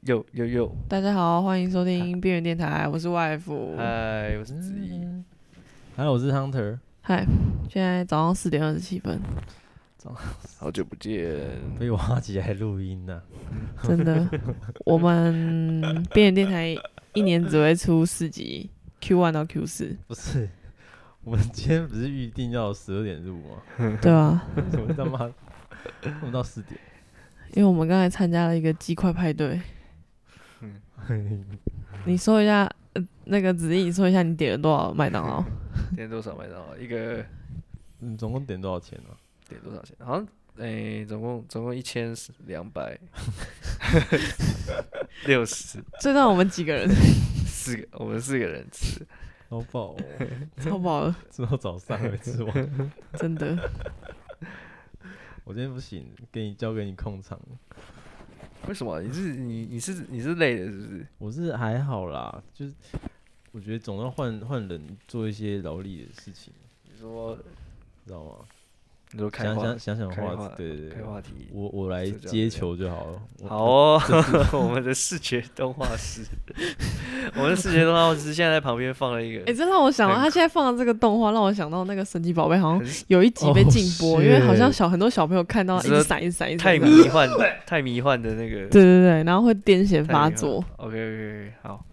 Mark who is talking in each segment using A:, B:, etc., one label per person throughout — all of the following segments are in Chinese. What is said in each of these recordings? A: 有有有，
B: 大家好，欢迎收听边缘电台，我是外服。
A: 嗨，我是子怡。
C: 嗨，我是 Hunter，
B: 嗨，现在早上四点二十七 分，
A: 好久不见。
C: 被挖起来录音啊呢、
B: 真的，我们边缘电台一年只会出四集，Q one 到 Q 四，
C: 不是，我们今天不是预定要十二点录 吗？
B: 对啊，
C: 怎么他妈，我们到四 点？
B: 因为我们刚才参加了一个鸡块派对，
C: 嘿
B: 你说一下，呃、那个子怡，你说一下你点了多少麦当劳？
A: 今天多少麦当劳？一个
C: 你嗯总共点多少钱啊呢、
A: 点多少钱？好像诶、总共总共一千两百 六十
B: 这让我们几个人
A: 四个，我们四个人吃。
C: 好饱哦，
B: 超饱了，
C: 吃到早上没吃 完。
B: 真的。
C: 我今天不行，给你交给你控场。
A: 为什么？你是你你是你是累的，是不是？
C: 我是还好啦，就是我觉得总要换换人做一些劳力的事情，
A: 你说
C: 知道吗？
A: 你说开
C: 想
A: 话
C: 想想想
A: 开
C: 话
A: 话
C: 题，对对
A: 开
C: 对，
A: 话题。
C: 我我来
A: 就这样
C: 接
A: 子
C: 球就好了。我
A: 好，哦， 我们的视觉动画师， 我们的视觉动画师现在在旁边放了一个
B: 哎、，这让我想到，
A: 很
B: 他现在放的这个动画，让我想到那个神奇宝贝，好像有一集
C: 哦
B: 被禁播，因为好像
C: 是
B: 小很多小朋友看到一
A: Oh，你
B: 直
A: 说
B: 闪一直闪一直闪
A: 太
B: 一直闪
A: 迷幻太迷幻的那个
B: 对对对，然后会癫痫
A: 太
B: 发
A: 厉害
B: 作
A: 了，。OK OK OK，好，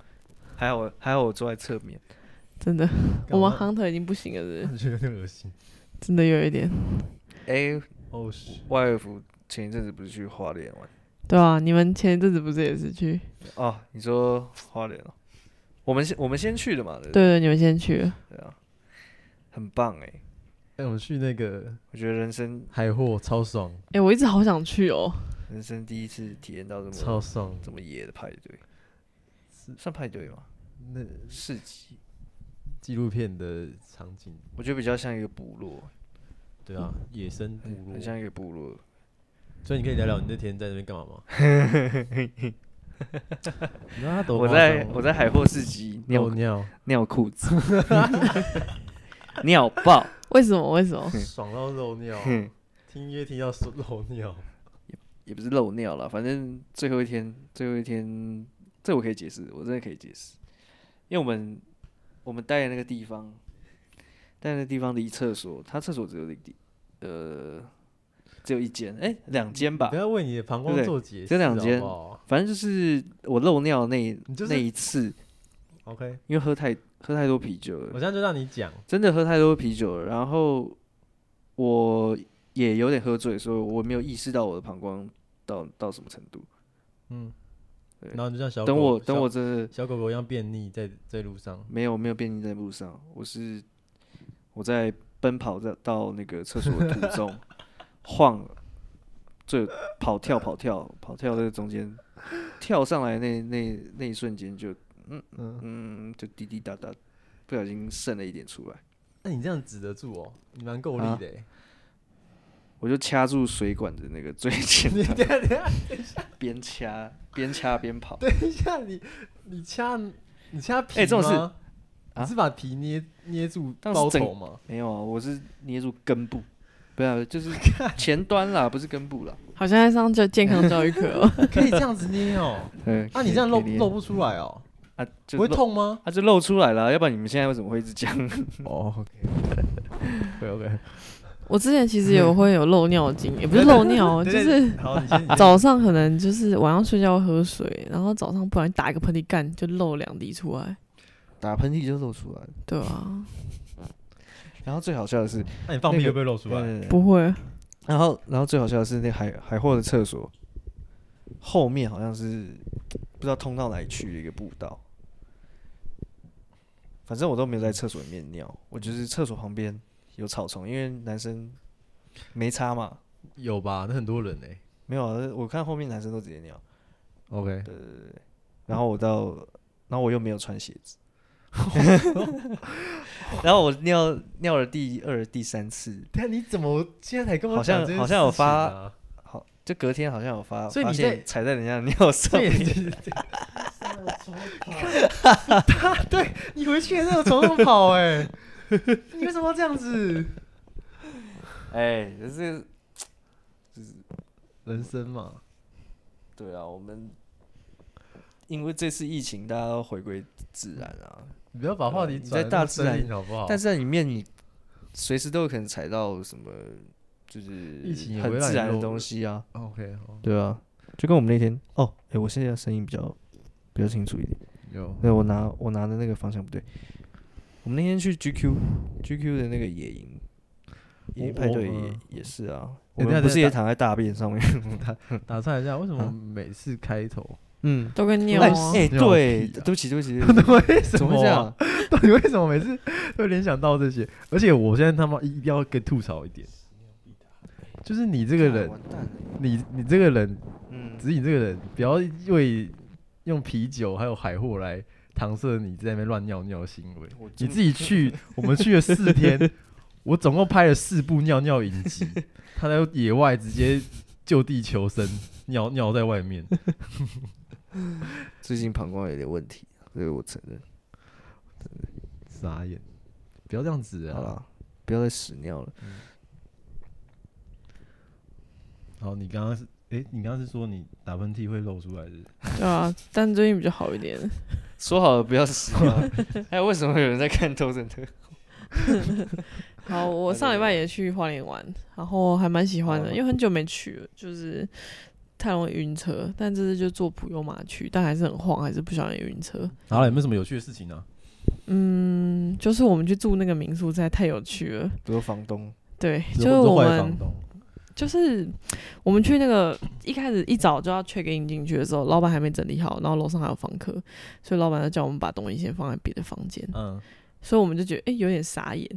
A: 还好我还好我坐在侧面，
B: 真的，我
C: 干
B: 们
C: 嘛
B: hunter 已经不行了是不
A: 嗯
B: 是
C: 我觉得有点恶心。
B: 真的有一点。
A: 哎、
C: 哦，是。
A: 外尔福前一阵子不是去花莲玩？
B: 对啊，你们前一阵子不是也是去？
A: 哦，你说花莲哦，我们先我们先去的嘛，对不
B: 对对，你们先去了。
A: 对啊，很棒哎、
C: 哎、我们去那个
A: 我觉得人生
C: 海货超爽，
B: 哎、我一直好想去哦。
A: 人生第一次体验到这
C: 超
A: 么
C: 爽。
A: 这么野的派对，算派对吗？
C: 那
A: 市集，
C: 纪录片的场景，
A: 我觉得比较像一个部落，
C: 对啊，野生部
A: 很
C: 落
A: 嗯很。像一个部落。
C: 所以你可以聊聊你那天在那边干嘛 吗？你知道他多
A: 我
C: 夸
A: 在
C: 张吗
A: 我在海货市集
C: 漏
A: 尿
C: 尿，
A: 尿裤 子， 尿爆，
B: 为什么？为什么？
A: 嗯
C: 爽到漏尿，
A: 哼，
C: 听音乐听到说漏尿，
A: 也不是漏尿了，反正最后一天，最后一天，这我可以解释，我真的可以解释，因为我们我们待的那个地方，待的那个地方离厕所，他厕所只有一地，呃，只有一间，哎、两间吧
C: 不，要为你的膀
A: 对
C: 胱
A: 不对
C: 做解释，
A: 这两间
C: 好不好
A: 反正就是我漏尿那一
C: 你就是
A: 那一次，
C: OK，
A: 因为喝太喝太多啤酒了
C: 我现，在就让你讲，
A: 真的喝太多啤酒了，然后我也有点喝醉，所以我没有意识到我的膀胱到到什么程度。
C: 嗯，
A: 对
C: 然后你就像小狗
A: 等我等
C: 小
A: 我真的
C: 小狗狗一样便秘在在路上，
A: 没有没有便秘在路上，我是我在奔跑在到那个厕所的 途中晃，最跑跳跑跳跑跳在中间跳上来那那那一瞬间就嗯
C: 嗯
A: 嗯就滴滴答答，不小心渗了一点出来，
C: 那你这样指得住哦，你蛮够力
A: 啊
C: 的欸。
A: 我就掐住水管的那个最前
C: 你
A: 端
C: 等一下等一下。
A: 边掐边掐边跑，
C: 等一 下，你你掐你掐皮吗？
A: 哎这种事啊
C: 你是把皮捏捏住
A: 当时
C: 包
A: 整
C: 头吗？
A: 没有啊，我是捏住根部，不要、就是前端啦，不是根部啦，
B: 好像在上教健康教育课 哦。
C: 可以这样子捏哦、
A: 嗯，
C: 啊，你这样露
A: 给捏
C: 露不出来哦、
A: 啊就
C: 不会
A: 露
C: 痛吗？
A: 它就露出来了，要不然你们现在为什么会一直讲？
C: 哦，OK OK OK，
B: 我之前其实有会有漏尿经，也不是漏尿哦，就是
C: 好，你先
B: 早上可能就是晚上睡觉会喝水，然后早上不然打一个喷嚏干就漏两滴出来，
A: 打喷嚏就露出来了。
B: 对啊，
A: 然后最好笑的是，
C: 那你放屁
A: 那个
C: 会不会露出来？
A: 对
B: 不 会，
A: 然后然后最好笑的是，那海海货的厕所后面好像是不知道通到哪里去的一个步道，反正我都没有在厕所里面尿，我就是厕所旁边有草丛，因为男生没擦嘛，
C: 有吧？那很多人呢、
A: 没有啊，我看后面男生都直接尿，
C: OK，
A: 然后我到，然后我又没有穿鞋 子， 然后我尿尿了第二、第三次，
C: 但你怎么现在才跟我
A: 好像
C: 讲这件
A: 好像有
C: 事情啊，
A: 好，就隔天好像有发，
C: 所以你
A: 发现
C: 在
A: 踩在人家的尿上
C: 所 以
A: 面，
C: 你他对你回去也在我床上跑哎、你为什么要这样子？
A: 哎，这是
C: 人生嘛，
A: 对啊，我们因为这次疫情，大家要回归自然啊。
C: 你不要把话题
A: 你在
C: 转得那
A: 大
C: 么
A: 自
C: 生
A: 然
C: 硬好不好？
A: 但是在里面，你随时都有可能踩到什么，就是
C: 疫情也不
A: 很
C: 会让
A: 自
C: 你
A: 然的
C: 漏
A: 东西啊。
C: 哦 OK，好，
A: 对啊，就跟我们那天哦，哎、我现在声音比较比较清楚一点。
C: 有
A: 对，我拿我拿的那个方向不对。我们那天去 GQ GQ 的那个野营，野营
C: 我
A: 派
C: 我
A: 对
C: 嗯
A: 也也是啊，我
C: 我等下
A: 们不
C: 再
A: 是也
C: 打
A: 躺在大便上面？
C: 打岔一下，为什么
A: 啊
C: 每次开头
A: 嗯，
B: 都跟尿
A: 哎
B: 啊，
A: 哎，
C: 尿
A: 对，
C: 屁啊
A: 对不起对不 起，对不起
C: 为什
A: 怎
C: 么
A: 么会这样
C: 啊？？ 到底为什么每 次都联想到这些？而且我现在他妈一定要给吐槽一点，就是你这个
A: 啊
C: 人，
A: 完蛋了
C: 你你这个人，
A: 嗯，
C: 子颖这个人，不要为用啤酒还有海货来搪塞你在那边乱尿尿的行为。
A: 我
C: 你
A: 真
C: 自己去，我们去了四天， 我总共拍了四部尿尿影集，他在野外直接就地求生，尿尿在外面。
A: 最近膀胱有点问题，这个我承认。
C: 傻眼，不要这样子
A: 好
C: 啊！
A: 了，不要再屎尿了。
C: 好，你刚刚是，诶，你刚刚是说你打喷嚏会漏出来的？
B: 对啊，但最近比较好一点。
A: 说好了不 要屎尿，哎，为什么有人在看头枕特？
B: 好，我
A: 那
B: 上
A: 就
B: 礼拜也去花莲玩，然后还蛮喜欢
A: 哦
B: 的，因为很久没去了，就是太容易晕车。但这次就坐普悠玛去，但还是很晃，还是不小心晕车。
C: 好了，有没有什么有趣的事情啊呢、
B: 嗯，就是我们去住那个民宿，实在太有趣了。
A: 比如房东，
B: 对，
C: 啊？
B: 就是我
C: 坏
B: 们
C: 房东，
B: 就是我们去那个一开始一早就要 check in 进去的时候，老板还没整理好，然后楼上还有房客，所以老板就叫我们把东西先放在别的房间，
C: 嗯，
B: 所以我们就觉得哎、诶有点傻眼，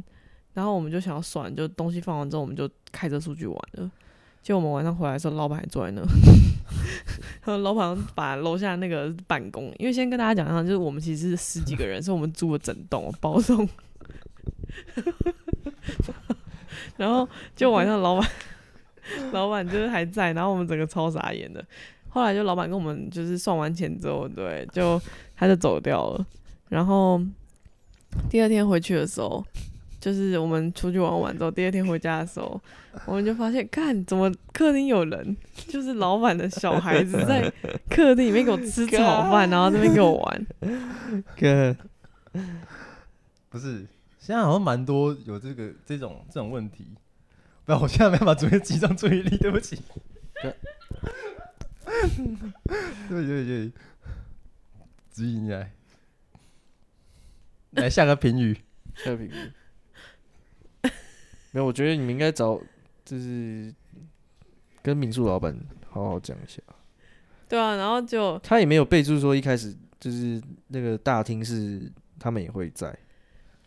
B: 然后我们就想要算了，就东西放完之后我们就开车出去玩了。结果我们晚上回来的时候，老板还坐在那， 然后老板把楼下那个办公，因为先跟大家讲一下，就是我们其实是十几个人，所以我们租了整栋包栋，然后就晚上老板 老板就是还在，然后我们整个超傻眼的。后来就老板跟我们就是算完钱之后，对，就他就走掉了。然后第二天回去的时候，就是我们出去玩完之后，第二天回家的时候，我们就发现，看怎么客厅有人，就是老板的小孩子在客厅里面给我吃炒饭，然后这边给我玩。
A: 跟
C: 不是，现在好像蛮多有这个这种这种问题。不然我现在没办法准备集中注意力，对不 起。对对对，指引你来，来下个评语。
A: 太平均。没有，我觉得你们应该找就是跟民宿老板好好讲一下。
B: 对啊，然后就
A: 他也没有备注说一开始就是那个大厅是他们也会在，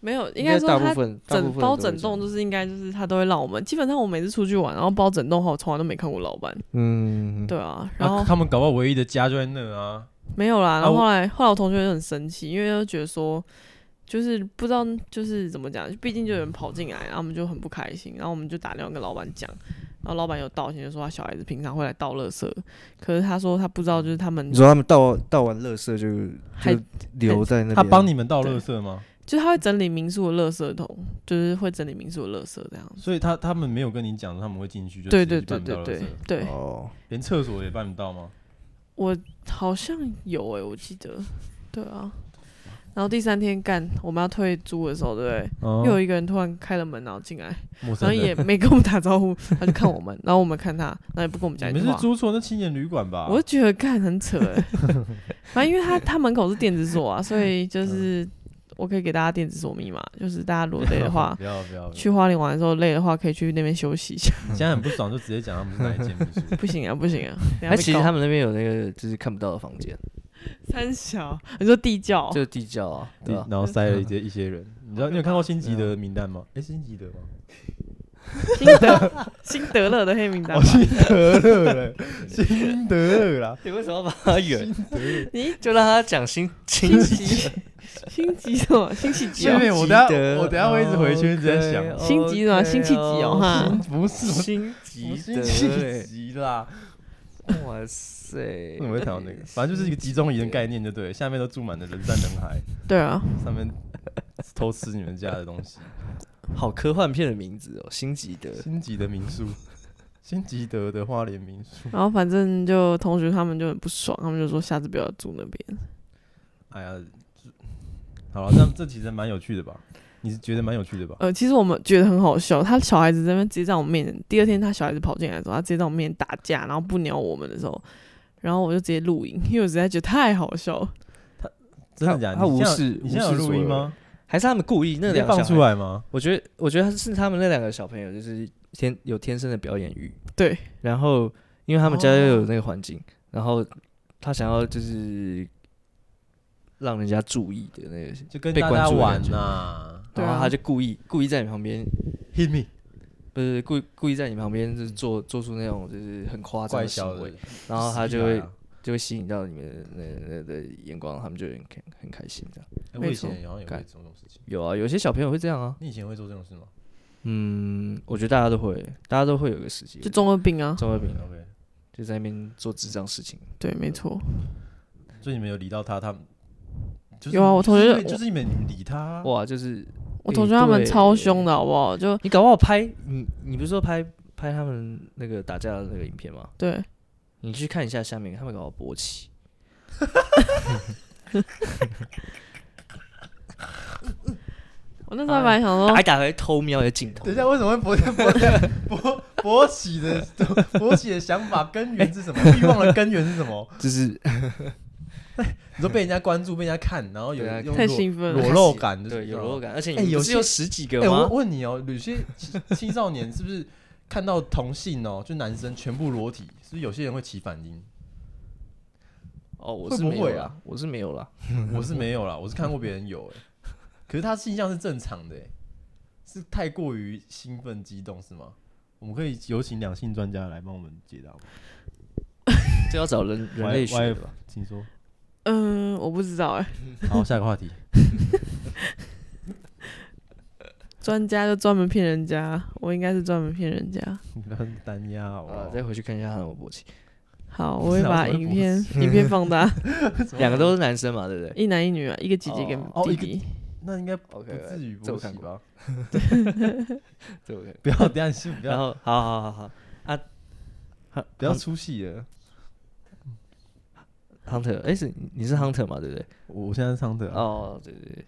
B: 没有，应
A: 该
B: 该说
A: 大部
B: 他
A: 分大部
B: 整
A: 分
B: 包
A: 人都会
B: 整
A: 这样
B: 栋就是应该就是他都会让我们，基本上我每次出去玩，然后包整栋后，我从来都没看过老板。
A: 嗯，
B: 对啊，然
C: 啊
B: 后
C: 他们搞不好唯一的家就在那啊。
B: 没有啦，然
C: 啊我
B: 后后来、后来我同学就很生气，因为就觉得说。就是不知道，就是怎么讲，毕竟就有人跑进来，然后我们就很不开心，然后我们就打电话跟老板讲，然后老板有道歉，就说他小孩子平常会来倒垃圾，可是他说他不知道，就是他们
A: 嗯你说他们倒倒完垃圾就
B: 还
A: 就
B: 哎
A: 留在那边，
C: 他帮你们倒
B: 对
C: 垃圾吗？
B: 就是他会整理民宿的垃圾桶，就是会整理民宿的垃圾这样子。
C: 所以他他们没有跟你讲他们会进去，就
B: 对对
C: 直接
B: 对
C: 办不到
B: 对
C: 垃
B: 对
C: 圾
B: 对，
A: 哦，
C: 连厕所也办不到吗？
B: 我好像有诶、我记得，对啊。然后第三天干我们要退租的时候，对不对？
C: 嗯
B: 又有一个人突然开了门，然后进来，
C: 哦陌生
B: 然后
C: 人，
B: 也没跟我们打招呼， 他就看我们，然后我们看他，然后也不跟我们讲
C: 你
B: 一
C: 们
B: 句
C: 是
B: 话。
C: 租啊错那青年旅馆吧？
B: 我就觉得干很扯哎、反正因为他他门口是电子锁啊，所以就是我可以给大家电子锁密码，就是大家如果累的话，
C: 不要不要，不要
B: 啊去花莲玩的时候累的话，可以去那边休息一下。
C: 现在很不爽，就直接讲他们是哪一间民 宿。
B: 不行啊，不行啊！
A: 哎，其实他们那边有那个就是看不到的房间，
B: 三小，你说地窖
A: 就是地窖啊，对吧？
C: 然后塞了一些一些人，你知道你有看过辛吉德的名单吗？哎，辛吉德吗？
B: 新德新德勒的黑名单
C: 哦，
B: 吧？
C: 辛德勒嘞，辛德勒啦，
A: 你为什么要把它远？
B: 你
A: 就让他讲新新
B: 星期星期什 么？星期几
C: 对
B: 哦？
C: 面我等下我等下会一直回圈一直在想，
B: 星级什么？星期几哦？ 哈，
C: 不是
A: 星
C: 不
A: 级
C: 是辛吉欸啦，
A: 哇塞！
C: 为什么会谈到那个？反正就是一个集中营的概念，就对了，下面都住满了人山人海，
B: 对啊，
C: 上面偷吃你们家的东西。
A: 好科幻片的名字哦，辛吉德。
C: 星级的民宿，新吉德的花莲民宿，
B: 然后反正就同学他们就很不爽，他们就说下次不要住那边。
C: 哎呀，这好了，那这其实蛮有趣的吧？你是觉得蛮有趣的吧？
B: 呃，其实我们觉得很好笑，他小孩子在那边直接在我面前，第二天他小孩子跑进来的时候，他直接在我面前打架，然后不鸟我们的时候，然后我就直接录影，因为我实在觉得太好笑了。
C: 真的假的？
A: 他
C: 你现在
A: 无视
C: 你现在有
A: 无视
C: 录
A: 所
C: 音
A: 有
C: 吗？
A: 还是他们故意那
C: 你
A: 两个
C: 放
A: 小
C: 出
A: 孩？
C: 来吗？
A: 我觉得，我觉得是他们那两个小朋友就是天有天生的表演欲。
B: 对，
A: 然后因为他们家又有
B: 哦
A: 那个环境，然后他想要就是让人家注意的那个，
C: 就跟
A: 被
C: 大
A: 关
C: 家
A: 注的
C: 玩
A: 感觉
C: 呐、
B: 对啊
A: 然后他就故意故意在你旁边，
C: h i t me
A: 不是故意故意在你旁边就是做做出那种就是很夸张
C: 怪
A: 嗯的
C: 小
A: 行为
C: 的，，
A: 然后他
C: 死皮
A: 就
C: 赖
A: 会
C: 啊
A: 就会吸引到你们的那那的眼光，他们就很开很开心这样。
C: 哎我
B: 没
C: 以
B: 错
C: 前好像也
A: 干
C: 会做这种事情，
A: 有啊，有些小朋友会这样啊。
C: 你以前会做这种事吗？
A: 嗯，我觉得大家都会，大家都会有一个时期，
B: 就中二病啊，
A: 中二病，
C: OK，
A: 就在那边做智障事情。
B: 对，没错。
C: 所以你们有理到他，他们就是
B: 有啊我同学
C: 就是因为就是你们你们理他啊，
A: 哇，就是
B: 我
A: 诶
B: 同学他们
A: 对
B: 超凶的好不好？就
A: 你搞不好拍你，你不是说拍拍他们那个打架的那个影片吗？
B: 对，
A: 你去看一下下面，他们搞不好勃起。
B: 我那时候还本来想说
A: 还打回偷瞄你的镜头。
C: 等一下，为什么会勃起勃勃勃起的勃起的想法根源是什么？欲望的根源是什么？
A: 就是
C: 你说被人家关注、被人家看，然后有
A: 对啊
C: 用
B: 太
C: 裸
B: 兴奋了
C: 裸露感，就是
A: 对，有肉。感，而且
C: 哎
A: 你
C: 有
A: 不是
C: 些
A: 有十几个
C: 哎，我
A: 吗？
C: 问你哦，有些青青少年是不是看到同性哦，就男生全部裸体，是不是有些人会起反应？
A: 哦，我
C: 会
A: 是
C: 不
A: 没有
C: 会
A: 啦
C: 啊，
A: 我是没有啦。
C: 我是没有啦，我是看过别人有哎、可是他性向是正常的、哎，是太过于兴奋激动是吗？我们可以有请两性专家来帮我们解答吗。
A: 这要找人人类学的吧？
C: 请说。
B: 嗯，我不知道哎、
C: 好，下个话题。
B: 专家就专门骗人家，我应该是专门骗人家。
C: 很单压好不
A: 啊，
C: 好？
A: 再回去看一下他们有没有 勃起。
B: 好，我会
C: 知道
B: 把
C: 怎么会
B: 影
C: 勃
B: 片 影片放大，
A: 两个都是男生嘛，对不对
B: 一男一女啊，一个姐姐跟
A: 哦
C: 哦
B: 弟
C: 一个
B: 弟。
C: 那应该不
A: ？OK，
C: 至于
A: 这
C: 勃
A: 我看
C: 起
A: 过
C: 吧？，
A: 这我看过。
C: 不要，等一下你先不
A: 然
C: 要，
A: 后，好好好好啊，Hun-
C: 不要出戏了。
A: ，Hunter，哎，是你你是 Hunter 嘛，对不对？
C: 我我现在是唱的啊，
A: 哦，对对对。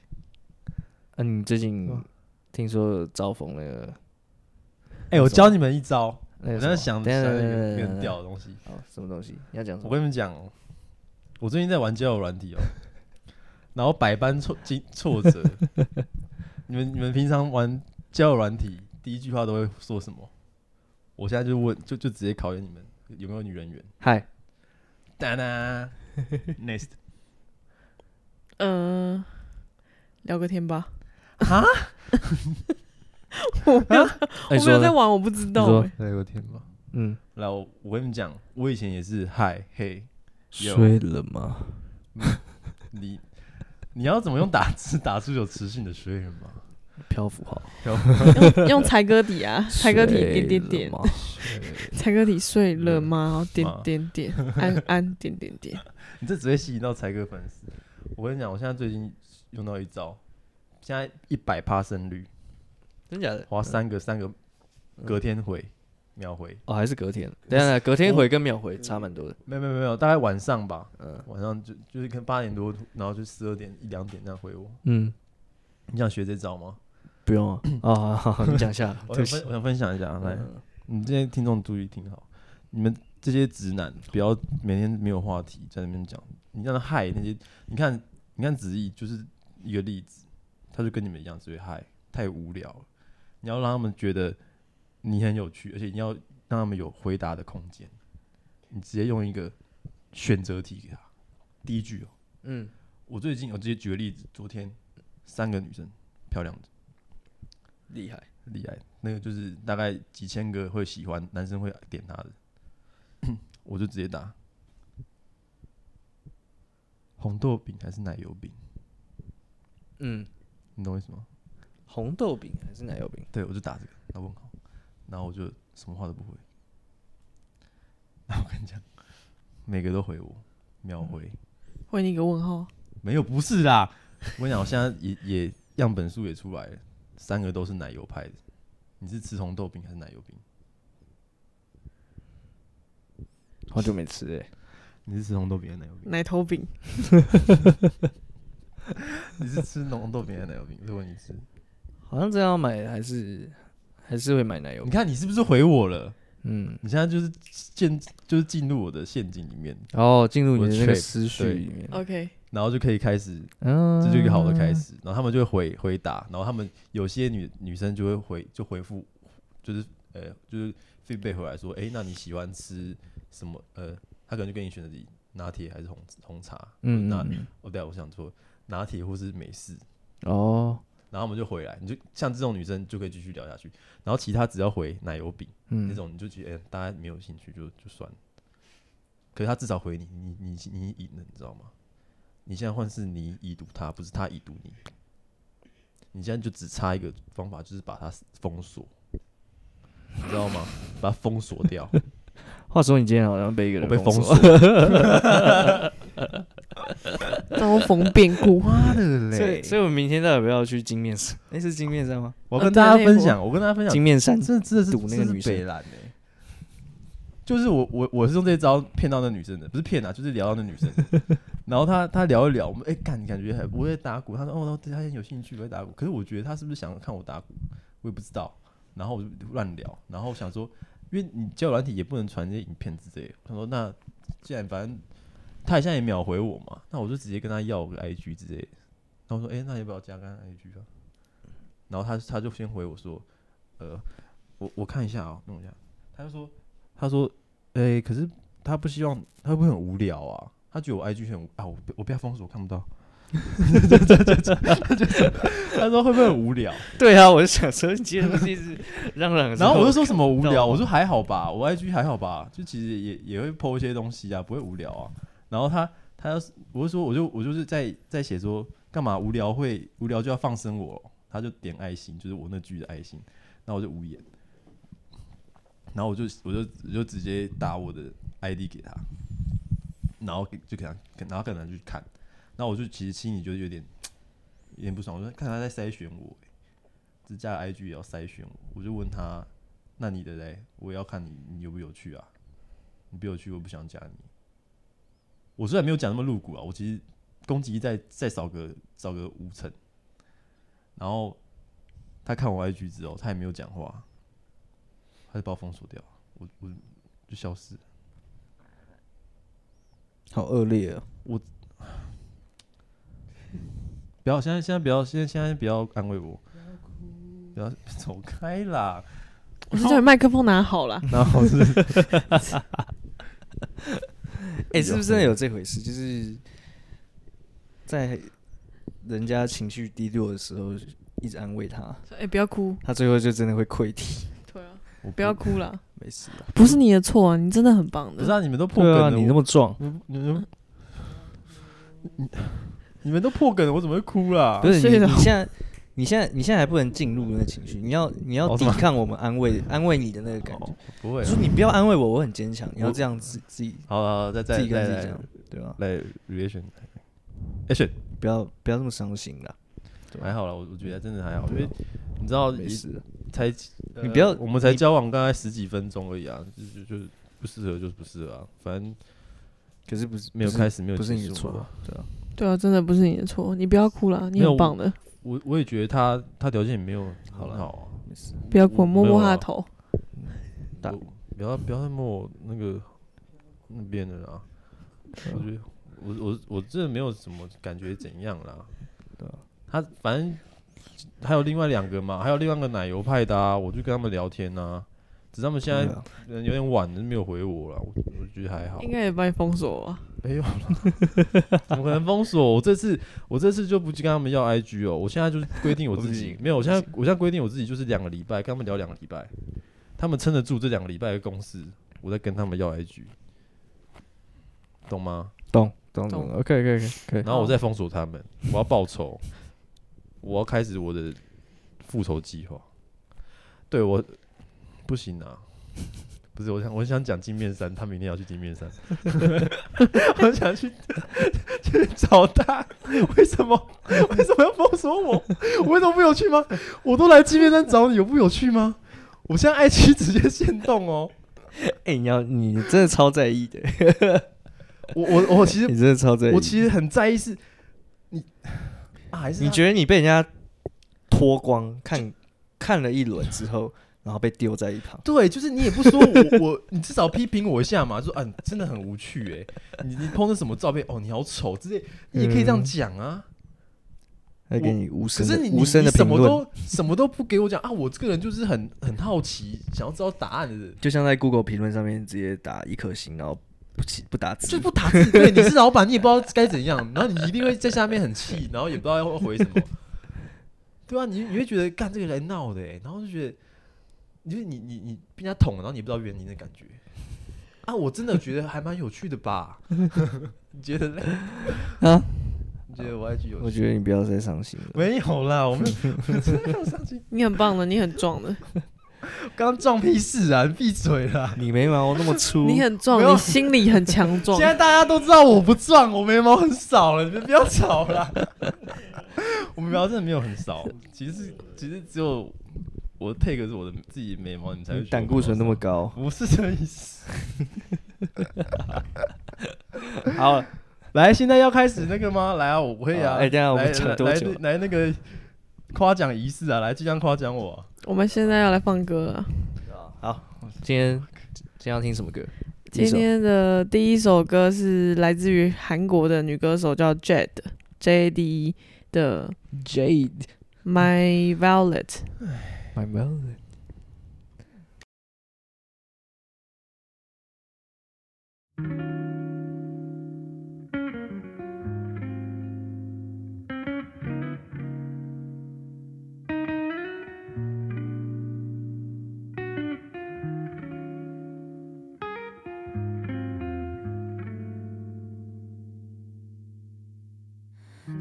A: 啊，你最近
C: 嗯
A: 听说遭逢那个
C: 哎，我教你们一招，
A: 那
C: 我
A: 个
C: 在想
A: 什么等一
C: 想
A: 下
C: 一
A: 等一
C: 个
A: 下
C: 很屌的东西。
A: 哦什么东西？你要讲什
C: 我
A: 么？
C: 跟你们讲，我最近在玩交友软体哦， 然后百般挫经挫折。 你们你们平常玩交友软体，第一句话都会说什么？我现在就问，就就直接考验你们有没有女人缘。
A: 嗨，
C: 哒哒，next
B: 嗯、聊个天吧。
C: 啊？
B: 我没有，我
A: 哎
B: 没有在
A: 呢
B: 玩，我不知道、
A: 你说
B: 欸。
C: 哎，我天吧！
A: 嗯，
C: 来，我我跟你们讲，我以前也是嗨嘿，有
A: 睡了吗？
C: 你你要怎么用打字打出有持续的水人吗？
A: 漂浮号，
B: 用用才哥 底啊，才哥底点
A: 睡
B: 点
A: 了
B: 点
A: 吗，嗯
B: 才哥底睡了
C: 了
B: 吗？点
C: 吗
B: 点点， 安安点点点。
C: 你这只会吸引到才哥粉丝。我跟你讲，我现在最近用到一招，现在一百趴胜率，
A: 真假的？
C: 花三个三个，隔天回秒回，
A: 哦，还是隔 天？等一下，隔天回跟秒回差蛮多的。
C: 没有没有没有，大概晚上吧，
A: 嗯
C: 晚上就就是可能八点多，然后就十二点一两点这样回我。
A: 嗯，
C: 你想学这招吗？
A: 不用啊。 哦，好好好，你讲一 下。
C: 我
A: 对不
C: 想
A: 起
C: 分我想分享一下，来，
A: 嗯
C: 你这些听众注意听好，你们这些直男不要每天没有话题在那边讲，你让他害那些，你看你看子毅就是一个例子，他就跟你们一样只会害，太无聊了。你要让他们觉得你很有趣，而且你要让他们有回答的空间。你直接用一个选择题给他，第一句哦，
A: 嗯，
C: 我最近我直接举个例子，昨天三个女生漂亮的。
A: 厉害。
C: 厉害，那个就是大概几千个会喜欢男生会点他的， 我就直接打红豆饼还是奶油饼，
A: 嗯，
C: 你懂我意思吗？
A: 红豆饼还是奶油饼？
C: 对，我就打这个，然后问号，然后我就什么话都不回。那我跟你讲，每个都回我，秒回，
B: 回你一个问号，
C: 没有不是啦。我跟你讲，我现在也也样本数也出来了，三个都是奶油派的。你是吃红豆饼还是奶油饼？
A: 好久没吃哎、
C: 你是吃红豆饼还是奶油饼？
B: 奶头饼，
C: 你是吃浓红豆饼还是奶油饼？如果你吃，
A: 好像这样买还是还是会买奶油
C: 你。看你是不是回我了？
A: 嗯，
C: 你现在就是陷，就是进入我的陷阱里面，
A: 然后哦进入
C: 我
A: 你的那
C: 的
A: 个
C: trip，
A: 思绪
C: 对
A: 里面，
B: OK，
C: 然后就可以开始，
A: 嗯，
C: 这就一个好的开。始。然后他们就会回回答，然后他们有些女女生就会回就回复，就是呃就是 feedback 回来说，哎、那你喜欢吃什么？呃，他可能就跟你选择你拿铁还是红红茶，
A: 嗯，
C: 那
A: 嗯嗯
C: 哦对啊、我想说拿铁或是美式，
A: 哦，
C: 然后我们就回来，你就像这种女生就可以继续聊下去。然后其他只要回奶油饼、那
A: 嗯，
C: 种，你就觉得、欸大家没有兴趣就就算了。可是他至少回你，你你你赢了，你知道吗？你现在换是你已读他，不是他已读你。你现在就只差一个方法，就是把它封锁，你知道吗？把它封锁 掉，
A: 话说你今天好像被一个
C: 我
A: 人
C: 被封
A: 锁
C: 锁，，
B: 招逢变故。
C: 妈的
A: 所以所以我们明天到底要不要去金面山？哎，是金面山吗？
C: 我
B: 哦
C: 跟
B: 对啊
C: 大
B: 那
C: 家
B: 一
C: 分
B: 波
C: 享，我跟大家分享
A: 金面山
C: 真的真的是
A: 堵那个
C: 真的
A: 女
C: 是
A: 生
C: 北蓝欸就是我我我是用这招骗到那女生的，不是骗啊，就是聊到那女生 的然后她她聊一聊，我们哎干、你感觉还我在打鼓，她说哦，她很有兴趣我在打鼓，可是我觉得她是不是想看我打鼓，我也不知道。然后我就乱聊，然后我想说，因为你交友软体也不能传这些影片之类的，我想说那既然反正她现在也秒回我嘛，那我就直接跟她要个 IG 之类的。然后我说哎、那要不要加个 IG 啊？然后她她就先回我说，呃，我我看一下哦，弄一下。他就说，他说，诶，可是他不希望，他会不会很无聊啊？他觉得我 IG 很无啊，我被我被他封锁，我看不到。 他说会不会很无聊？
A: 对啊，我就想说你今天不是一直嚷嚷，
C: 然后我就说什么无
A: 到
C: 聊，
A: 吗
C: 我说还好吧，我 IG 还好吧，就其实也也会 PO 一些东西啊，不会无聊啊。然后他他要是我就说我就我就是在在写说干嘛无聊会无聊就要放生我，他就点爱心，就是我那句的爱心，那我就无言。然后我就我就我就直接打我的 ID 给他，然后给就给他，给然后给他去看，然后我就其实心里就有点有点不爽，我说看他在筛选我、欸，自家的 IG 也要筛选我，我就问他，那你的嘞，我也要看你你有不有趣啊，你不有趣我不想加你。我虽然没有讲那么露骨啊，我其实攻击再再少个少个五成，然后他看我 IG 之后，他也没有讲话，他就把我封锁掉，我我就消失了。
A: 好恶劣哦。
C: 不要，现在现在不要，现在现在不要安慰我，不要 走开啦！
B: 我是叫你麦克风拿好了，
C: 然后是
A: 哎，是不是真的有这回事？就是在人家情绪低落的时候，一直安慰他，
B: 说哎不要哭，
A: 他最后就真的会溃堤。
B: 对啊，
C: 我
B: 不要，哭了，
A: 没事的，
B: 不是你的错啊，你真的很棒
C: 不是
B: 的。
C: 啊，你们都破
A: 对
C: 梗
A: 啊，
C: 了，
A: 你那么壮，
C: 我你们你你们都破梗了，我怎么会哭啊啦？
A: 不是
B: 所
A: 你
B: 以呢
A: 你现在。你现在你现在还不能进入那个情绪，你要你要
C: 哦是
A: 抵
C: 吗
A: 抗我们安慰安慰你的那个感觉。
C: 哦，不会
A: 我
C: 啊。
A: 说你不要安慰我，我很坚强。你要
C: 我
A: 这样自自己
C: 好好，好再再
A: 自己跟
C: 再
A: 自己
C: 来
A: 讲，对吧？
C: 来 relation action，
A: 不要不要这么伤心啦，
C: 还好了，我我觉得真的还好，因
A: 对啊
C: 为哦你知道
A: 没
C: 也
A: 事的。
C: 才
A: 你
C: 呃
A: 不要
C: 我们才
A: 你
C: 交往大概十几分钟而已啊，就就就不适合就是不适合啊，反正
A: 可是不是
C: 没有
A: 不是
C: 开始没有
A: 不是你
C: 结
A: 的
C: 束
A: 错
C: 嘛
A: 啊，对啊，
B: 对啊，真的不是你的错，你不要哭了，你
C: 没有
B: 很棒的，
C: 我我也觉得他他条件也没有
A: 好
C: 很
A: 啦
C: 好啊，
A: 没事。
B: 不要哭，
C: 我
B: 摸
C: 没有
B: 摸
C: 啊
B: 他的头。
A: 大
C: 我不要不要再摸我那个那边的啦，
A: 啊
C: 我觉得我我我真的没有什么感觉怎样啦。
A: 对啊
C: 他反正还有另外两个嘛，还有另外一个奶油派的啊，我就跟他们聊天啊，只是他们现在
A: 对啊
C: 人有点晚，没有回我了，我我觉得还好
B: 应。该也把你封锁吧？
C: 没有啦， 怎么可能封锁？我这次我这次就不去跟他们要 IG 哦，我现在就是规 定我自
A: 我
C: 己
A: 不，
C: 没有，我现在我现在规定我自己就是两个礼拜跟他们聊两个礼拜，他们撑得住这两个礼拜的公司，我再跟他们要 IG，懂吗？
A: 懂懂
B: 懂
A: 懂，OK OK OK 可以。
C: 然后我再封锁他们，我要报仇，我要开始我的复仇计划。对我不行啊，不是我想我想讲金面山，他明天要去金面山，我想去去找他，为什么为什么要封锁我？我为什么不有趣吗？我都来金面山找你，有不有趣吗？我现在爱妻直接限动哦，
A: 哎、你要你真的超在意的，
C: 我我我其实
A: 你真的超在意。
C: 我其实很在意是，你啊还是
A: 你
C: 他
A: 觉得你被人家脱光看看了一轮之后，然后被丢在一旁，
C: 对，就是你也不说我我，你至少批评我一下嘛，说啊，你真的很无趣哎、你你 p 的什么照片？哦，你好丑之类，你也可以这样
A: 嗯
C: 讲啊。
A: 他给你无
C: 可
A: 声
C: 是
A: 的
C: 你你
A: 无
C: 你
A: 声的
C: 什
A: 评
C: 么
A: 论，
C: 都什么都不给我讲啊，我这个人就是很很好奇，想要知道答案的人，
A: 就像在 Google 评论上面直接打一颗星，然后不起不打字
C: 就，不打字。对，你是老板，你也不知道该怎样，然后你一定会在下面很气，然后也不知道要回什 么。对啊，你你会觉得干这个人闹的、欸，然后就觉得，就是你你你被人家捅了，然后你不知道原因的感 觉。啊，我真的觉得还蛮有趣的吧？你觉得嘞？
A: 啊？
C: 你觉得我 IG 有趣？
A: 我觉得你不要再伤心了。
C: 没有啦，我们 我真的没有上去，
B: 你很棒的，你很壮 的，
C: 刚刚撞屁事啊！你闭嘴啦！
A: 你眉毛 那么
C: 嗯
A: 粗，
B: 你很壮，
C: 没有
B: 你心理很强壮
C: 现。在大家都知道我不撞，我眉毛很少了，你们不要吵啦。 我眉毛真的没有很少，其实是其实只有我 take 是我的自己眉毛，你们才会
A: 你
C: 觉得
A: 胆
C: 我
A: 固
C: 眉毛
A: 醇那么
C: 少，
A: 高。
C: 不是这意思。
A: 好了，
C: 来，现在要开始那个吗？来啊，我会啊。
A: 好哎等一下我们
C: 来
A: 讲
C: 来
A: 多久
C: 来来那个夸奖仪式啊，来即将夸奖我啊。
B: 我们现在要来放歌啊了。
A: 好，今天今天要听什么歌？
B: 今天的第一首歌是来自于韩国的女歌手叫 Jade J D E 的
A: Jade
B: 《My Violet》。
A: My Melody。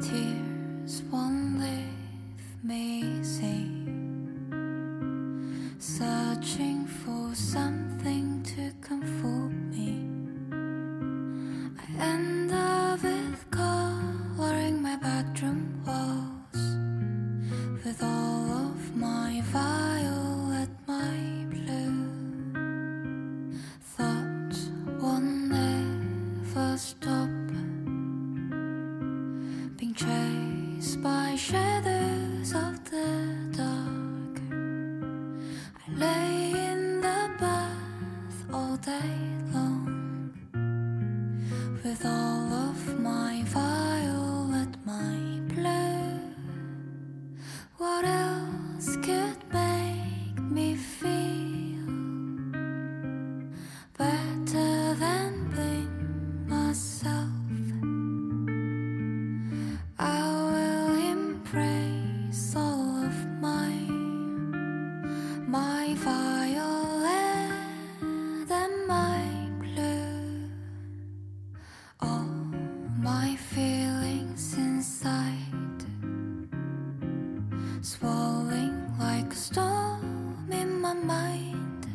D: Tears won't leave me sane. Searching for something to comfort me. I end up with coloring my bedroom walls with all of my violet, my blue. Thoughts will never stop being chased by shadows of the dark. I lay in the bath all day long with all of my violet, my blue. What else could make me feel better than being myself? I will embrace all of my my violet and my blue, all my feelings inside, swirling like a storm in my mind.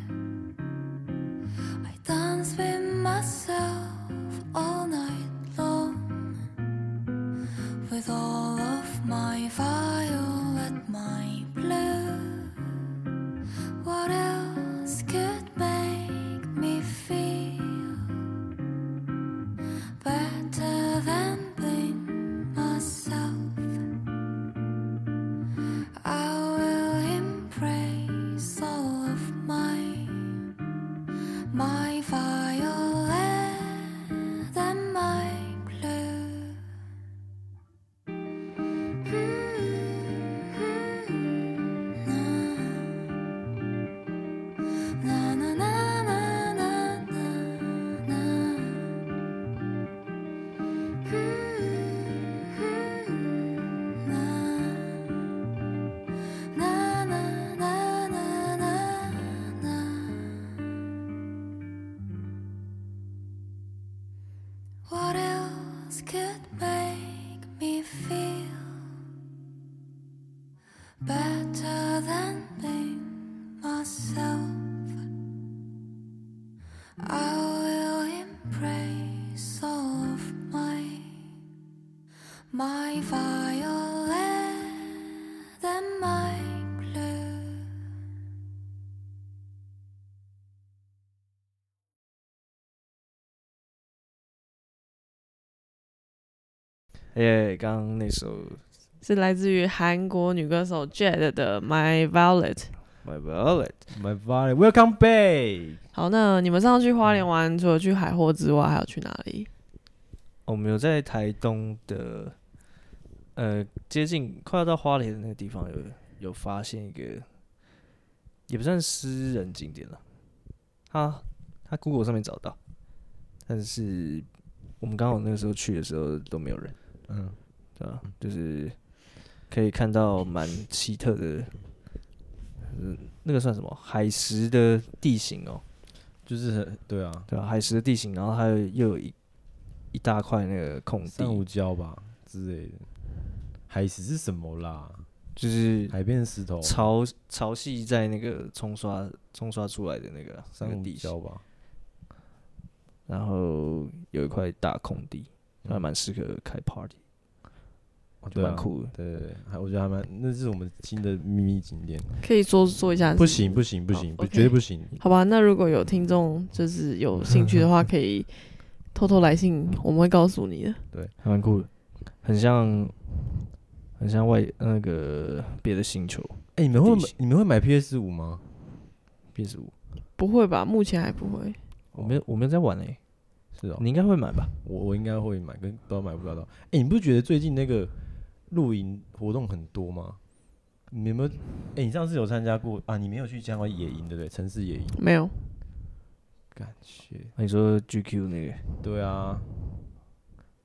D: I dance with myself all night long with all of my violet, my blue. What else could make me feel better than being myself? I will embrace all of my my violet and my blue. What else could make me feel better than being myself? I will embrace all of my my violet and my blue.
A: 哎，刚刚那首《
B: 是来自于韩国女歌手 Jade 的《My Violet》。
A: My Violet》，
C: My body, welcome back。
B: 好，那你们上次去花莲玩，除了去海货之外，还有去哪里？
A: 我们有在台东的，呃，接近快要到花莲的那个地方有有发现一个，也不算私人景点了，它它 Google 上面找到，但是我们刚好那个时候去的时候都没有人，
C: 嗯，
A: 对吧？就是可以看到蛮奇特的，嗯，那个算什么海蚀的地形哦，
C: 就是很对啊，
A: 对吧？海蚀的地形，然后还有又有一一大块那个空地
C: 珊，瑚礁吧之类的。海石是什么啦？
A: 就是
C: 海边的石头，
A: 潮潮汐在那个冲刷冲刷出来的那个那
C: 珊
A: 个
C: 瑚
A: 地形，
C: 礁吧。
A: 然后有一块大空地，
C: 嗯
A: 还蛮适合开 party，
C: 哦
A: 就
C: 对啊
A: 蛮酷的。
C: 对对对，还我觉得还蛮，那是我们新的秘密景点。
B: 可以说说一下。
C: 不，行不行不行，不
B: OK
C: 绝对不行。
B: 好吧。那如果有听众就是有兴趣的话，可以偷偷来信，我们会告诉你的。
A: 还蛮酷的，很像很像外那个别的星球
C: 哎，你们会
A: 地
C: 买
A: 形
C: 你们会买 PS 五吗？
A: PS 五，
B: 不会吧？目前还不会。
A: 我没有我没有在玩诶、欸
C: 是哦，
A: 你应该会买吧？
C: 我我应该会买，跟不知道买不买得到。哎，你不觉得最近那个露营活动很多吗？你有没有？哎，你上次有参加过啊？你没有去参加野营对不对？城市野营，
B: 没有，
C: 感谢。
A: 那你说 GQ 那个
C: 对啊，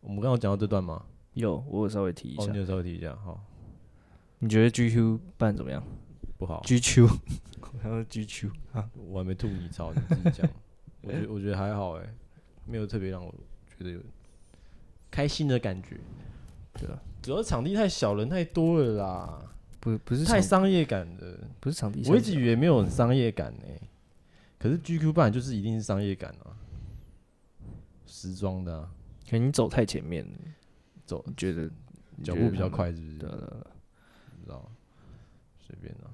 C: 我们刚刚有讲到这段吗？
A: 有，我有稍微提一
C: 哦，
A: 下
C: 你，有稍微提一下，好，
A: 你觉得 GQ 办怎么样
C: 不好？
A: ？GQ，然后 GQ 啊，
C: 我还没吐你槽，你自己 讲。我觉得我觉得还好哎、没有特别让我觉得有开心的感觉。
A: 对啊，
C: 主要场地太小，人太多了啦，
A: 不不是
C: 太
A: 场
C: 商业感了。
A: 不是场地，
C: 我一直以为没有很商业感呢、可是 GQ 版就是一定是商业感啊，时装的、啊，
A: 可能你走太前面了，
C: 走
A: 你觉得你
C: 脚
A: 觉得
C: 步比较
A: 他们
C: 快，是不是？
A: 对啊对啊对啊
C: 不知道，随便啊。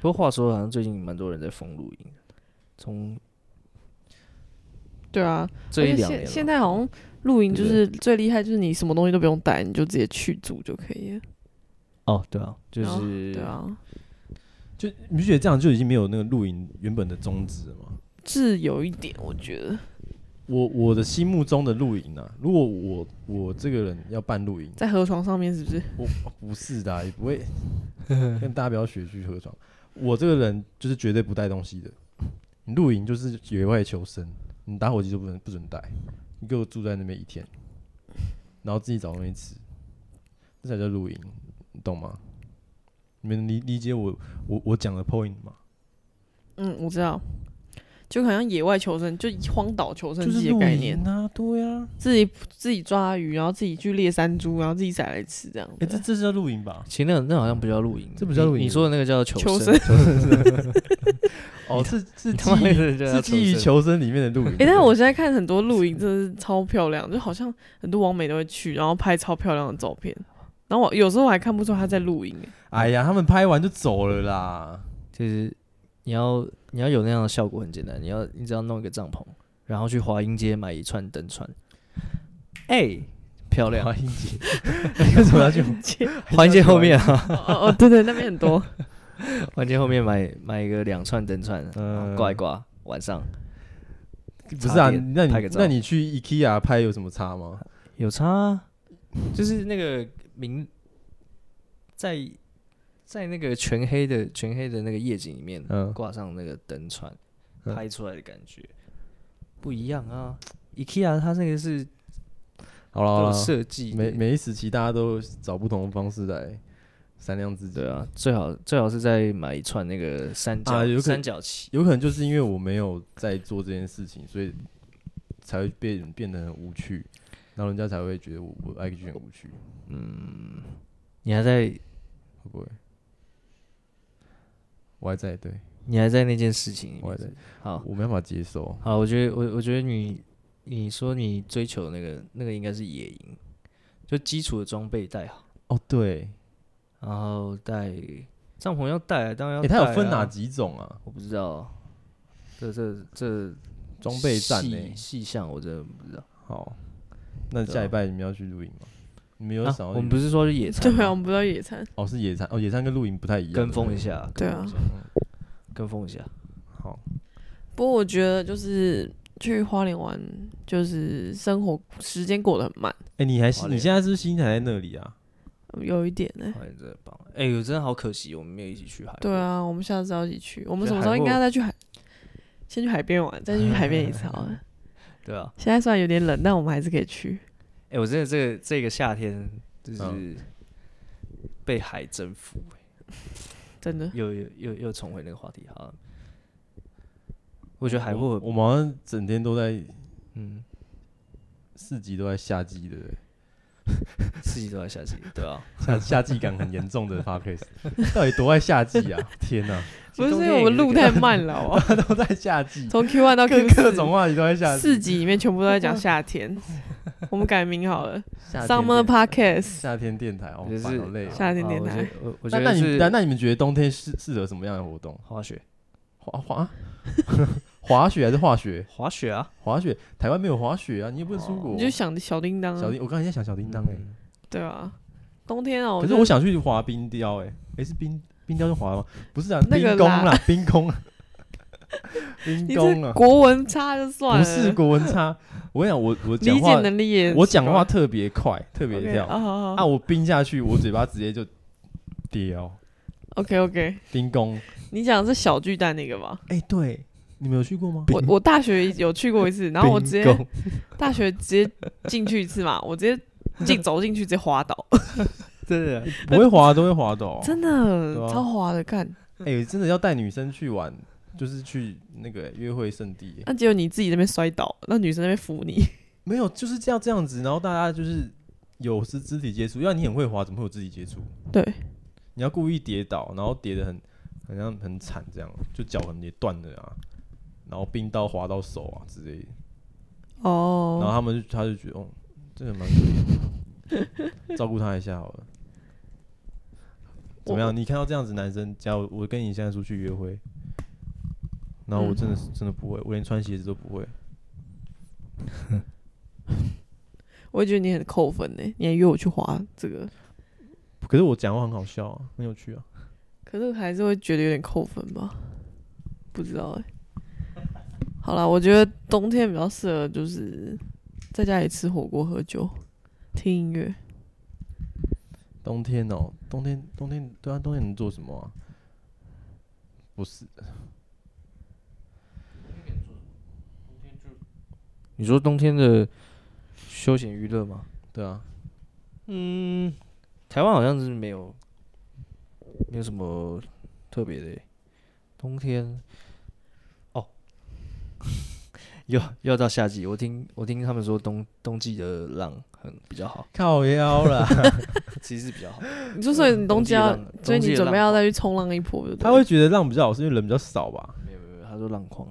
A: 不过话说，好像最近蛮多人在封露营，从
B: 对啊。
A: 这一
B: 而且
A: 两
B: 现
A: 年
B: 现
A: 吧
B: 在好像露营
A: 对
B: 就
A: 不
B: 是最厉害，就是你什么东西都不用带，你就直接去煮就可以了。
A: 哦，对啊，就
B: 然后
A: 是
B: 对，啊，
C: 就你不觉得这样就已经没有那个露营原本的宗旨了吗？
B: 是有一点，我觉得
C: 我我的心目中的露营啊，如果我我这个人要办露营，
B: 在河床上面是不是？
C: 我不是的啊、也不 会跟大家不要学去河床。我这个人就是绝对不带东西的，你露营就是野外求生，你打火机就不能不准带，你给我住在那边一天，然后自己找东西吃，这才叫露营，你懂吗？你们理理解我我我讲的 point 吗？
B: 嗯，我知道，就好像野外求生，就荒岛求生
C: 就
B: 自
C: 是
B: 己的
C: 露
B: 概
C: 营
B: 念，
C: 啊，对啊，
B: 自己自己抓鱼，然后自己去猎山猪，然后自己宰来吃这样
C: 哎、
B: 子。
C: 这这是叫露营吧？
A: 其实那那好像不叫露营，
C: 这不叫露
A: 你
C: 营
A: 你说的那个叫求
B: 求
A: 生，
C: 哦，是是 基
A: 他妈
C: 于
A: 的叫
C: 是基于
A: 求
C: 求生里面 的露营。
B: 哎、但我现在看很多露营真的是超漂亮，就好像很多网美都会去，然后拍超漂亮的照片。然后我有时候还看不出他在露营、欸，
C: 哎呀，他们拍完就走了啦。
A: 生，就是你要你要有那样的效果很简单，你要你只要弄一个帐篷，然后去华阴街买一串灯串，哎，漂亮，
C: 华阴街，为什么 要去？
A: 华阴街后面啊，
B: 哦哦哦，对对，那边很多。
A: 华阴街后面买买一个两串灯串，
C: 嗯
A: 挂一挂，晚上
C: 不是啊，
A: 茶店
C: 那
A: 拍个
C: 你
A: 照
C: 那你去 IKEA 拍有什么差吗？
A: 有差、啊，就是那个明在在那个全黑的全黑的那个夜景里面，
C: 嗯
A: 挂上那个灯串，
C: 嗯
A: 拍出来的感觉不一样啊。IKEA 它那个是
C: 好了，
A: 都
C: 好
A: 有
C: 啦
A: 设计的，
C: 每每一时期大家都找不同的方式来闪亮自己。
A: 对啊，最好最好是再买一串那个三角、
C: 啊有可
A: 三角旗，
C: 有可能就是因为我没有在做这件事情，所以才会变变得很无趣，然后人家才会觉得我我 IG 很无趣，
A: 你还在
C: 会不会？我还在，对
A: 你还在那件事情里
C: 我还
A: 面
C: 在
A: 是。，好
C: 我没办法接受。
A: 好，我觉得我我觉得你你说你追求那个那个应该是野营，就基础的装备带好。
C: 哦，对，
A: 然后带帐篷要带，当然要、
C: 哎、
A: 带
C: 它
A: 啊
C: 有分哪？几种啊？
A: 我不知道，这这这
C: 装备战呢、
A: 细细项我真的不知道。
C: 好，那
A: 对啊
C: 下礼拜你们要去露营吗？你们有
A: 啊
C: 想要、
A: 我们不是说去野餐
B: 对
A: 吗？
B: 啊，我们不知道野餐，
C: 哦，是野餐哦，野餐跟露营不太一样。
A: 跟风
C: 对
A: 一
C: 不对。
A: 下，
B: 对啊
A: 跟风一下，跟风一下。
C: 好，
B: 不过我觉得就是去花莲玩，就是生活时间过得很慢，
C: 哎、你还
A: 花
C: 是
A: 莲
C: 你现在是不是心还在那里啊？
B: 有一点呢、
A: 哎，真的棒！哎、呦，真的好可惜，我们没有一起去海。
B: 对，啊，我们下次要一起去，我们
A: 觉
B: 什
A: 得
B: 么时候
A: 海
B: 应该
A: 货
B: 再去海，先去海边玩，再去海边一次好了。
A: 对啊。
B: 现在虽然有点冷，但我们还是可以去。
A: 哎、我真的这个这个夏天就是
C: 嗯
A: 被海征服、
B: 真的，
A: 又又又又重回那个话题哈。我觉得海
C: 我
A: 货，
C: 我们好像整天都在
A: 嗯，
C: 四级都在夏季，对不 对？
A: 四季都在夏季，对啊，
C: 夏夏季感很严重的 p a r k a s 到底多爱夏季 啊？天哪、
B: 不是
A: 冬
B: 因
A: 天
B: 为
A: 也
B: 我们
A: 有
B: 路
A: 这个
B: 太慢了哦，
C: 都在 夏季，
B: 从 Q one 到 Q
C: 各各种话题都在夏
B: 四
C: 季。
B: 四集里面全部都在 讲夏天，我们改名好了
C: 夏天
B: ，Summer
C: 电
B: Podcast。
C: 夏天电台，哦，
A: 就是
C: 烦好累哦。
B: 夏天电
A: 啊
B: 台
A: 我觉
C: 那
A: 得我
C: 那
A: 我
C: 你
A: 觉得
C: 们那
A: 是
C: 那你们觉得冬天适适合什么样的活动？
A: 滑雪，
C: 滑滑 滑雪还是滑雪？
A: 滑雪啊，
C: 滑雪，台湾没有滑雪啊，你也不能出国。
B: 哦你就想小叮当、
C: 小
B: 啊，
C: 叮，我刚才在想小叮当
A: 欸
C: 哎，
A: 嗯
B: 对啊，冬天啊，
C: 可是
B: 就
C: 我想去滑冰雕哎，哎是冰冰雕就滑吗？不是啊，
B: 那
C: 冰
B: 个
C: 宫
B: 啦
C: 啦， 冰 宫啊，冰
B: 你
C: 宫
B: 这
C: 啊，
B: 国文差就算
C: 不
B: 了，
C: 是国文差。我跟你讲，我我讲
B: 理解
C: 话，
B: 能力也，
C: 我讲话特别快，特别
B: OK，
C: 跳
B: 哦好
C: 啊，
B: 好
C: 我冰下去，我嘴巴直接就掉。
B: ，OK OK，
C: 冰宫，
B: 你讲的是小巨蛋那个 吧？
C: 哎，对，你们有去过吗？
B: 我我大学有去过一次，然后我直接
C: 冰宫
B: 大学直接进去一次嘛， 我直接进走进去直接滑倒，
C: 哦
A: 真的
C: 不会滑都会滑倒哦。
B: 真的
C: 对啊
B: 超滑的，看，
C: 哎、真的要带女生去玩，就是去那个、约会圣地、
B: 那结果你自己那边摔倒，那女生那边扶你，
C: 没有，就是这样这样子，然后大家就是有是肢体接触，要你很会滑，怎么会有肢体接触？
B: 对，
C: 你要故意跌倒，然后跌得很很像很惨这样，就脚可能也断了啊，然后冰刀划到手啊之类的，然后
B: 哦，
C: 他们就他就觉得哦，这个蛮可怜的，照顾他一下好了。怎么样？你看到这样子男生，假如我跟你现在出去约会，然后我
B: 嗯
C: 真的是、真的不会，我连穿鞋子都不会。
B: 我也觉得你很扣分呢，你还约我去滑这个，
C: 可是我讲话很好笑啊，很有趣啊。
B: 可是还是会觉得有点扣分吧，不知道哎。好啦，我觉得冬天比较适合就是在家里吃火锅、喝酒、听音乐。
C: 冬天哦，冬天冬天对啊，冬天能做什么啊？不是，
A: 你说冬天的休闲娱乐吗？
C: 对啊，
A: 嗯，台湾好像是没有，没有什么特别的耶。冬天，哦，又又要到夏季。我听我听他们说冬冬季的浪很比较 好，
C: 靠腰啦。
A: 其实是比较好。
B: 你就所以你冬季要
A: 呃冬季浪，
B: 所以
A: 冬季
B: 你
A: 的
B: 准备要
A: 浪
B: 再去冲浪一波就对了，
C: 他会觉得浪比较好，是因为人比较少吧？
A: 没有没有没有，他说浪况，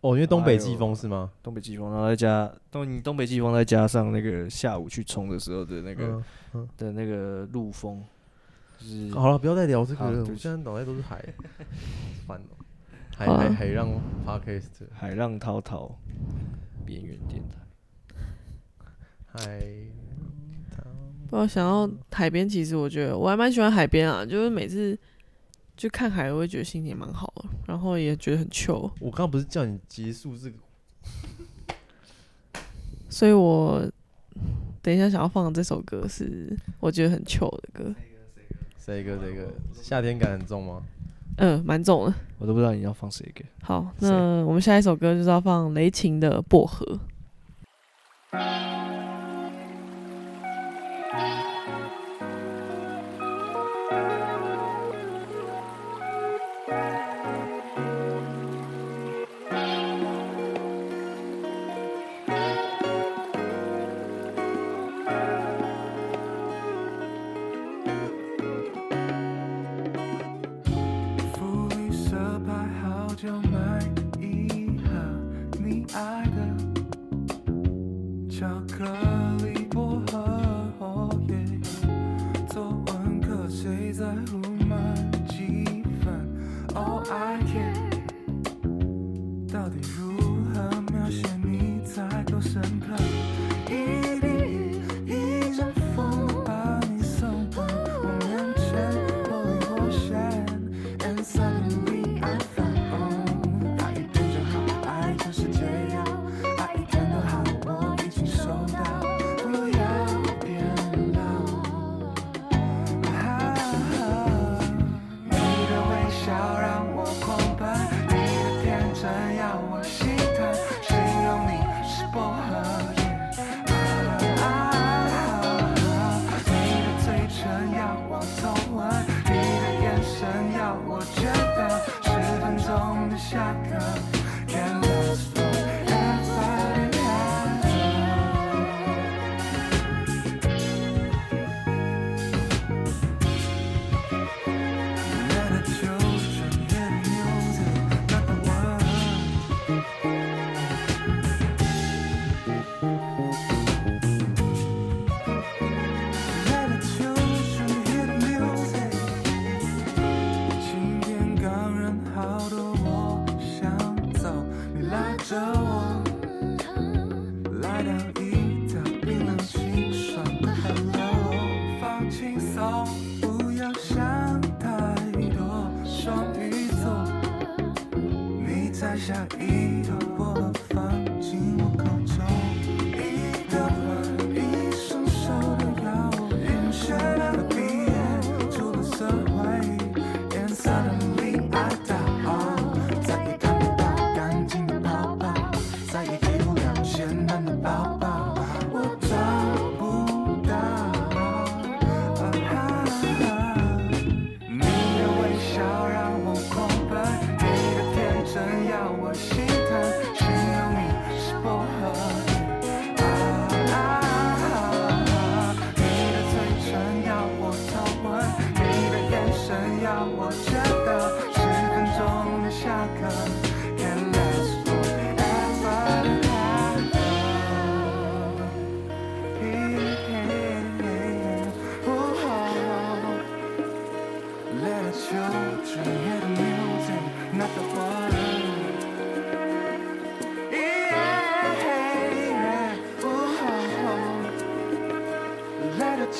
C: 哦，因为东
A: 哎
C: 北
A: 呦
C: 季风是吗？
A: 东北季风，然后再加东你东北季风，再加上那个下午去冲的时候的那个、
C: 嗯，
A: 的那个陆风，就是
C: 好了，不要再聊这个
A: 好
C: 了，
A: 对
C: 我
A: 不起
C: 现在脑袋都是海，烦哦。海
B: 好啊
C: 海海浪 podcast，
A: 海浪滔滔，边缘电台。
C: 海
B: 不要想到海边，其实我觉得我还蛮喜欢海边啊，就是每次就看海，我会觉得心情也蛮好的，然后也觉得很 chill，
C: 我刚刚不是叫你结束这个？
B: 所以我等一下想要放的这首歌是我觉得很 chill 的歌，
C: 谁个谁个夏天感很重吗？
B: 嗯、蛮重的。
A: 我都不知道你要放谁给。
B: 好，
A: 谁
B: 那我们下一首歌就是要放雷霆的《薄荷》。
E: 福利社牌好久买一盒你爱的巧克力薄荷，哦耶！作文课谁在乎满几分？Oh I care，到底如何描写你才够深刻？一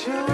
E: 啊求。